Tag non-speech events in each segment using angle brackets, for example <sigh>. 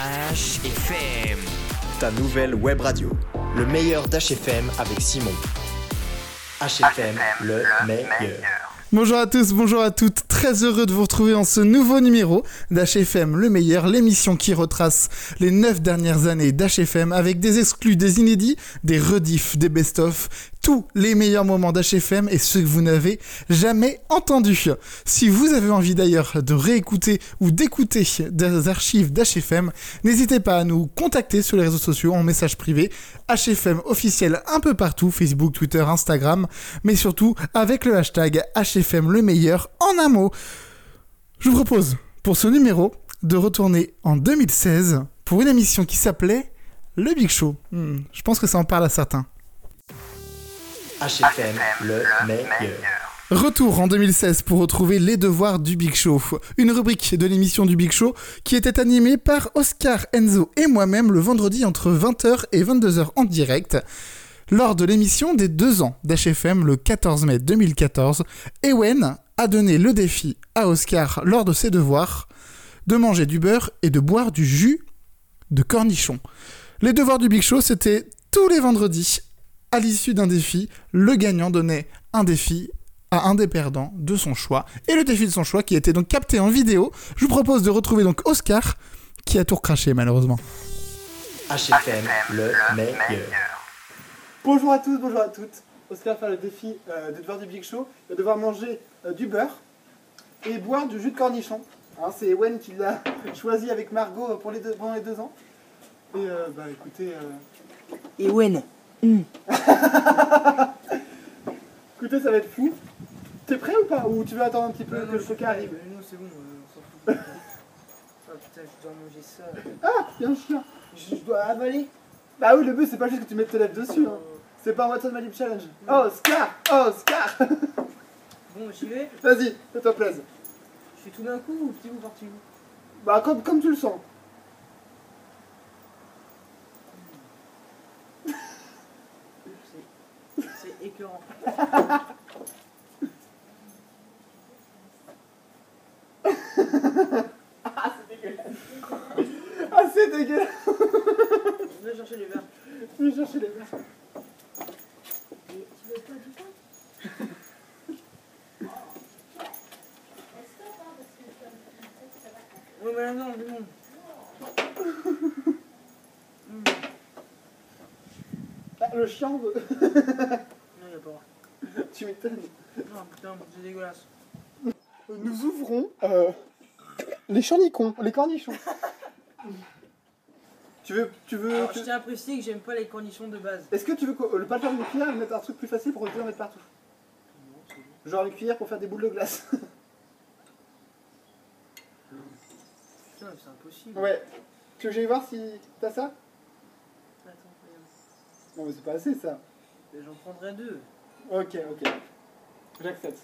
Dash FM. Ta nouvelle web radio. Le meilleur d'HFM avec Simon. HFM, le, meilleur. Bonjour à tous, bonjour à toutes. Très heureux de vous retrouver en ce nouveau numéro d'HFM Le Meilleur, l'émission qui retrace les 9 dernières années d'HFM avec des exclus, des inédits, des rediffs, des best-of, tous les meilleurs moments d'HFM et ceux que vous n'avez jamais entendus. Si vous avez envie d'ailleurs de réécouter ou d'écouter des archives d'HFM, n'hésitez pas à nous contacter sur les réseaux sociaux en message privé, HFM officiel un peu partout, Facebook, Twitter, Instagram, mais surtout avec le hashtag HFM le meilleur en un mot. Je vous propose pour ce numéro de retourner en 2016 pour une émission qui s'appelait Le Big Show. Hmm, je pense que ça en parle à certains. HFM, le meilleur. Retour en 2016 pour retrouver les devoirs du Big Show, une rubrique de l'émission du Big Show qui était animée par Oscar, Enzo et moi-même le vendredi entre 20h et 22h en direct. Lors de l'émission des deux ans d'HFM le 14 mai 2014, Ewen a donné le défi à Oscar lors de ses devoirs de manger du beurre et de boire du jus de cornichon. Les devoirs du Big Show, c'était tous les vendredis, à l'issue d'un défi, le gagnant donnait un défi à un des perdants de son choix. Et le défi de son choix qui était donc capté en vidéo, je vous propose de retrouver donc Oscar, qui a tout recraché malheureusement. HFM, le meilleur. Bonjour à tous, bonjour à toutes. Oscar va faire le défi euh, de devoir du Big Show. Il va devoir manger euh, du beurre et boire du jus de cornichon. Hein, c'est Ewen qui l'a <laughs> choisi avec Margot euh, pour les deux, pendant les deux ans. Et euh, bah écoutez, euh, Ewen, <laughs> écoutez, ça va être fou. T'es prêt ou pas Ou tu veux attendre un petit peu que le coca arrive Non, c'est bon, euh, on s'en fout. <laughs> Ah putain, je dois manger ça. Bien sûr. Je, je dois avaler. Bah oui, le but c'est pas juste que tu mettes tes lèvres dessus. hein. Euh, C'est pas un What's on My Lip Challenge. Oscar Oscar Bon, j'y vais. Vas-y, fais-toi plaisir. Je fais tout d'un coup ou petit bout par petit bout Bah comme, comme tu le sens. C'est- C'est écœurant. Ah c'est dégueulasse Je vais chercher les verres. Je vais chercher les verres. Ouais, mais non, c'est bon. Ah, le chien veut. Non, y'a pas. droit. <laughs> tu m'étonnes. Non, putain, c'est dégueulasse. Nous ouvrons euh, les chornicons, les cornichons. tu veux. Tu veux. Alors, Euh, tu- je tiens à préciser que j'aime pas les conditions de base. Est-ce que tu veux que le pas faire une cuillère et mettre un truc plus facile pour que tu en mettre partout Genre une cuillère pour faire des boules de glace. <laughs> Putain, mais c'est impossible. ouais. Tu veux que j'aille voir si t'as ça Attends, regarde. Non mais c'est pas assez ça. Mais J'en prendrai deux. Ok, ok. J'accepte.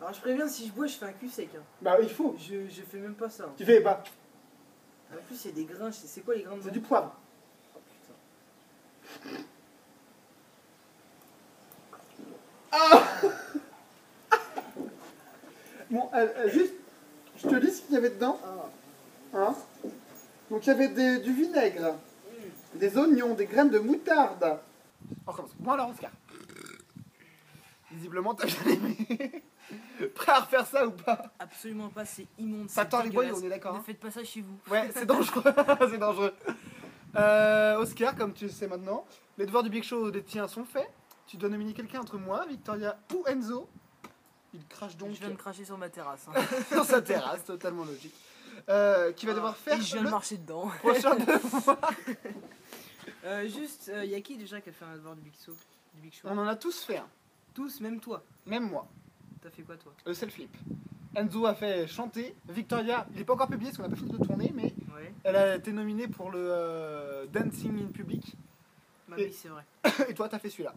Alors, je préviens, si je bois, je fais un cul sec. hein. Bah il faut. Je, je fais même pas ça. hein. Tu fais bah, pas. En plus, il y a des grains. C'est c'est quoi les grains de C'est du poivre. Ah <laughs> Bon, euh, euh, juste, je te lis ce qu'il y avait dedans. Hein Donc il y avait des- du vinaigre, des oignons, des graines de moutarde. Mm. On recommence. Bon alors, Oscar. Visiblement, t'as bien aimé. <laughs> Prêt à refaire ça ou pas Absolument pas, c'est immonde. Ça c'est tord les boyaux, dégueulasse. on est d'accord, Ne hein. faites pas ça chez vous. Ouais, c'est dangereux, <laughs> c'est dangereux. Euh, Oscar, comme tu le sais maintenant, les devoirs du Big Show des tiens sont faits. Tu dois nominer quelqu'un entre moi, Victoria ou Enzo. Il crache donc euh, je viens de cracher sur ma terrasse. hein. <laughs> dans sa terrasse, totalement logique. Euh, qui va devoir faire Ah, Et je viens le de marcher dedans. <laughs> prochain devoir. Euh, juste, il y a qui déjà qui a fait un devoir du Big Show Du Big Show On en a tous fait un, Tous, même toi. même moi, T'as fait quoi toi le self-flip. Enzo a fait chanter. Victoria, il n'est pas encore publié parce qu'on n'a pas fini de tourner, mais Ouais. elle a été nominée pour le euh, Dancing in Public. <laughs> Bah Et- oui, c'est vrai. Et toi, t'as fait celui-là.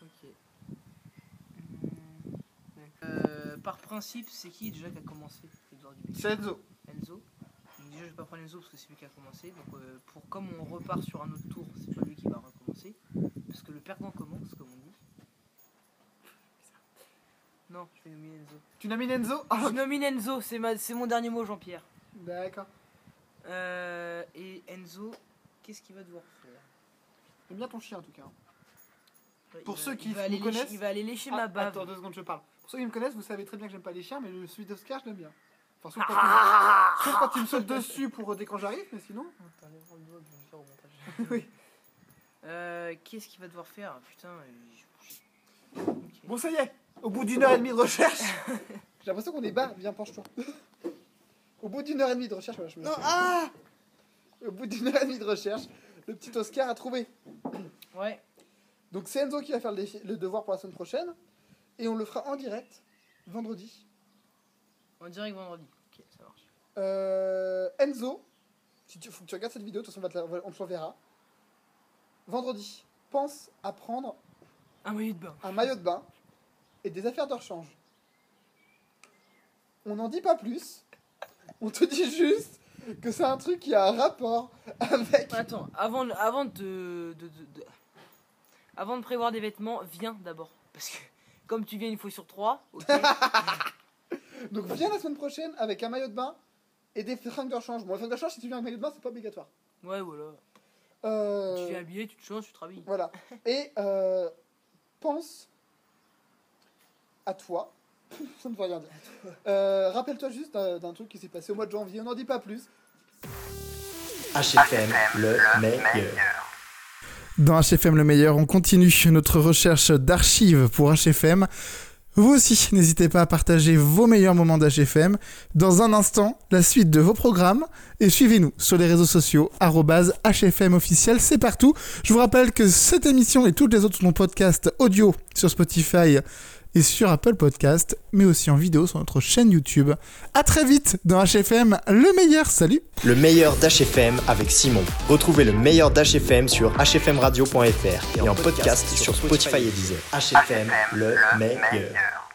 Ok. Hmm, d'accord. Euh, par principe, c'est qui déjà qui a commencé le devoir du Big Show C'est Enzo. Enzo. Donc déjà, je vais pas prendre Enzo parce que c'est lui qui a commencé. Donc, euh, pour, comme on repart sur un autre tour, c'est pas lui qui va recommencer. Parce que le perdant commence, comme on dit. Non, je vais nominer Enzo. Tu nomines Enzo <laughs> Ah, Je nomine Enzo, c'est ma- c'est mon dernier mot, Jean-Pierre. D'accord. Euh, et Enzo, qu'est-ce qu'il va devoir faire J'aime bien ton chien en tout cas. Ouais, Pour il ceux va- qui il va nous aller lécher- connaissent- il va aller lécher Ah, ma bave. Attends deux secondes, je parle. Pour ceux qui me connaissent, vous savez très bien que j'aime pas les chiens, mais le celui d'Oscar, je l'aime bien. Enfin, sauf quand, il... sauf quand il me saute dessus pour euh, dès quand j'arrive, mais sinon. Attends, allez voir le doigt que je vais le faire au montage. <laughs> oui. Euh, qu'est-ce qu'il va devoir faire Ah, Putain. euh, je- ok. Bon, ça y est Au bout d'une heure et demie <laughs> de recherche J'ai l'impression qu'on est bas, viens, penche-toi. Au bout d'une heure et demie de recherche, voilà, je me Non, ah Au bout d'une heure et demie de recherche, le petit Oscar a trouvé. Ouais. Donc c'est Enzo qui va faire le, défi- le devoir pour la semaine prochaine. Et on le fera en direct, vendredi. On dirait que vendredi. Ok, ça marche. Euh, Enzo, si tu, faut que tu regardes cette vidéo, de toute façon on, va te la- on va- on te l'enverra. Vendredi, pense à prendre Un maillot de bain. un maillot de bain et des affaires de rechange. On n'en dit pas plus. On te dit juste que c'est un truc qui a un rapport avec. Attends, avant, de- avant de, de- de- de- Avant de prévoir des vêtements, viens d'abord. Parce que comme tu viens une fois sur trois, ok. Donc viens la semaine prochaine avec un maillot de bain et des fringues de rechange. Bon, les fringues de rechange, si tu viens avec un maillot de bain, c'est pas obligatoire. ouais, voilà. Euh, Tu viens habillé, tu te changes, tu te rhabilles. Voilà. Et euh, pense à toi. <laughs> Ça ne veut rien dire. Euh, Rappelle-toi juste d'un d'un truc qui s'est passé au mois de janvier. On n'en dit pas plus. HFM, le meilleur. Dans HFM le meilleur, on continue notre recherche d'archives pour HFM. Vous aussi, n'hésitez pas à partager vos meilleurs moments d'HFM. Dans un instant, la suite de vos programmes. Et suivez-nous sur les réseaux sociaux, arrobase HFM officiel, c'est partout. Je vous rappelle que cette émission et toutes les autres sont en podcast audio sur Spotify et sur Apple Podcast, mais aussi en vidéo sur notre chaîne YouTube. À très vite dans HFM le meilleur, salut Le meilleur d'HFM avec Simon. Retrouvez le meilleur d'HFM sur hfmradio.fr et en podcast sur Spotify et Deezer. HFM, le meilleur.